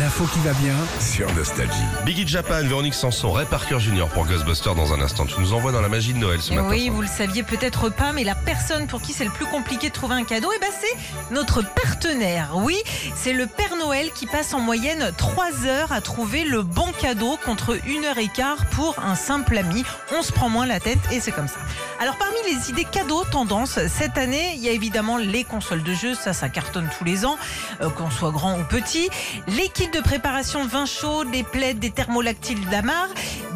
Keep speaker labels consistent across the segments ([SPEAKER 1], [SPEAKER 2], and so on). [SPEAKER 1] l'info qui va bien.
[SPEAKER 2] sur Nostalgie.
[SPEAKER 3] Biggie Japan, Véronique Sanson, Ray Parker Jr. pour Ghostbusters dans un instant. Tu nous envoies dans la magie de Noël ce matin.
[SPEAKER 4] Eh Oui,
[SPEAKER 3] Sandra.
[SPEAKER 4] vous le saviez peut-être pas, mais la personne pour qui c'est le plus compliqué de trouver un cadeau, eh ben c'est notre partenaire. Oui, c'est le Père Noël qui passe en moyenne 3 heures à trouver le bon cadeau contre 1 heure et quart pour un simple ami. On se prend moins la tête et c'est comme ça. Alors parmi les idées cadeaux tendance cette année, il y a évidemment les consoles de jeux, ça ça cartonne tous les ans, euh, qu'on soit grand ou petit, les kits de préparation de vin chaud, des plaides, des thermolactiles d'amarre,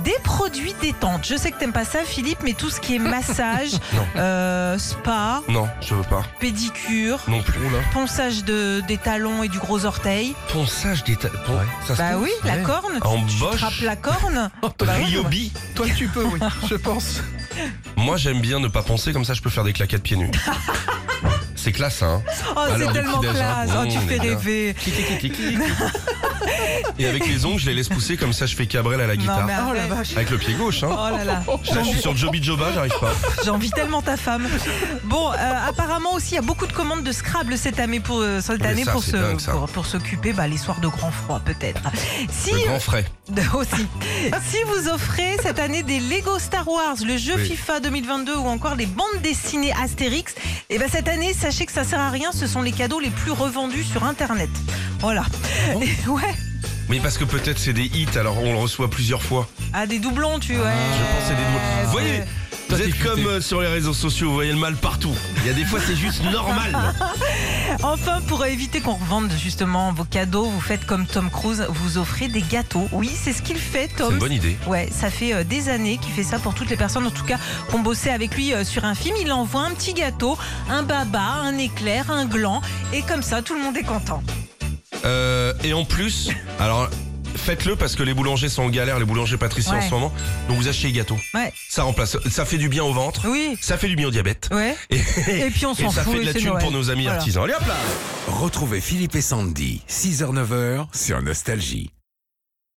[SPEAKER 4] des produits détente. Je sais que t'aimes pas ça Philippe, mais tout ce qui est massage,
[SPEAKER 3] Non.
[SPEAKER 4] euh, spa,
[SPEAKER 3] Non, je veux pas.
[SPEAKER 4] pédicure,
[SPEAKER 3] Non plus. là.
[SPEAKER 4] ponçage de, des talons et du gros orteil.
[SPEAKER 3] Ponçage des ta- pon- ça se
[SPEAKER 4] Bah
[SPEAKER 3] ponce,
[SPEAKER 4] oui,
[SPEAKER 3] Ah, ouais.
[SPEAKER 4] la corne,
[SPEAKER 3] En
[SPEAKER 4] tu, tu
[SPEAKER 3] boche.
[SPEAKER 4] trappes la corne. Bah oui,
[SPEAKER 3] Ryobi.
[SPEAKER 1] Toi, tu peux, oui, je pense.
[SPEAKER 3] Moi, j'aime bien ne pas penser comme ça. Je peux faire des claquettes pieds nus. C'est classe, hein.
[SPEAKER 4] Oh,
[SPEAKER 3] Alors,
[SPEAKER 4] c'est
[SPEAKER 3] le
[SPEAKER 4] tellement
[SPEAKER 3] petit-déj, hein.
[SPEAKER 4] classe, Oh,
[SPEAKER 3] Mmh,
[SPEAKER 4] tu
[SPEAKER 3] on est
[SPEAKER 4] fais
[SPEAKER 3] bien.
[SPEAKER 4] rêver.
[SPEAKER 3] Et avec les ongles, je les laisse pousser comme ça. Je fais cabrel à la guitare.
[SPEAKER 4] Non, mais
[SPEAKER 1] Oh la
[SPEAKER 4] arrête.
[SPEAKER 1] vache.
[SPEAKER 3] Avec le pied gauche, hein.
[SPEAKER 4] Oh là là.
[SPEAKER 3] Là, je suis sur Joby Joba, j'arrive pas.
[SPEAKER 4] J'ai envie tellement ta femme. Bon, euh, apparemment aussi, il y a beaucoup de commandes de Scrabble cette année pour, euh, cette
[SPEAKER 3] Mais
[SPEAKER 4] année
[SPEAKER 3] ça,
[SPEAKER 4] pour
[SPEAKER 3] c'est
[SPEAKER 4] se-
[SPEAKER 3] dingue, ça.
[SPEAKER 4] pour- pour s'occuper bah, les soirs de grand froid, peut-être. Si,
[SPEAKER 3] Le grand frais.
[SPEAKER 4] aussi, si vous offrez cette année des Lego Star Wars, le jeu
[SPEAKER 3] Oui.
[SPEAKER 4] FIFA 2022 ou encore les bandes dessinées Astérix, et ben cette année, sachez que ça sert à rien, ce sont les cadeaux les plus revendus sur Internet. Voilà.
[SPEAKER 3] Ah
[SPEAKER 4] Et ouais.
[SPEAKER 3] Mais parce que peut-être c'est des hits, alors on le reçoit plusieurs fois.
[SPEAKER 4] Ah, des doublons, tu vois.
[SPEAKER 3] Ah, Je pense que c'est des doublons. Vous voyez, vous
[SPEAKER 1] Toi, t'es
[SPEAKER 3] êtes
[SPEAKER 1] futé.
[SPEAKER 3] comme euh, sur les réseaux sociaux, vous voyez le mal partout. Il y a des fois, c'est juste
[SPEAKER 4] Ah,
[SPEAKER 3] normal.
[SPEAKER 4] Enfin, pour éviter qu'on revende justement vos cadeaux, vous faites comme Tom Cruise, vous offrez des gâteaux. Oui, c'est ce qu'il fait,
[SPEAKER 3] C'est une
[SPEAKER 4] Tom.
[SPEAKER 3] bonne idée.
[SPEAKER 4] Ouais, ça fait euh, des années qu'il fait ça pour toutes les personnes, en tout cas, qu'on bossait avec lui euh, sur un film. Il envoie un petit gâteau, un baba, un éclair, un gland, et comme ça, tout le monde est content.
[SPEAKER 3] Euh, et en plus, alors faites-le parce que les boulangers sont en galère, les boulangers pâtissiers en
[SPEAKER 4] Ouais.
[SPEAKER 3] ce moment. Donc vous achetez les gâteaux.
[SPEAKER 4] Ouais.
[SPEAKER 3] Ça remplace, ça fait du bien au ventre,
[SPEAKER 4] Oui.
[SPEAKER 3] ça fait du bien au diabète.
[SPEAKER 4] Ouais.
[SPEAKER 3] Et,
[SPEAKER 4] Et puis on s'en
[SPEAKER 3] ça
[SPEAKER 4] fout.
[SPEAKER 3] fait de la
[SPEAKER 4] et c'est
[SPEAKER 3] thune
[SPEAKER 4] Noël.
[SPEAKER 3] pour nos amis
[SPEAKER 4] Voilà.
[SPEAKER 3] artisans. Allez hop là
[SPEAKER 2] Retrouvez Philippe et Sandy, 6h-9h sur Nostalgie.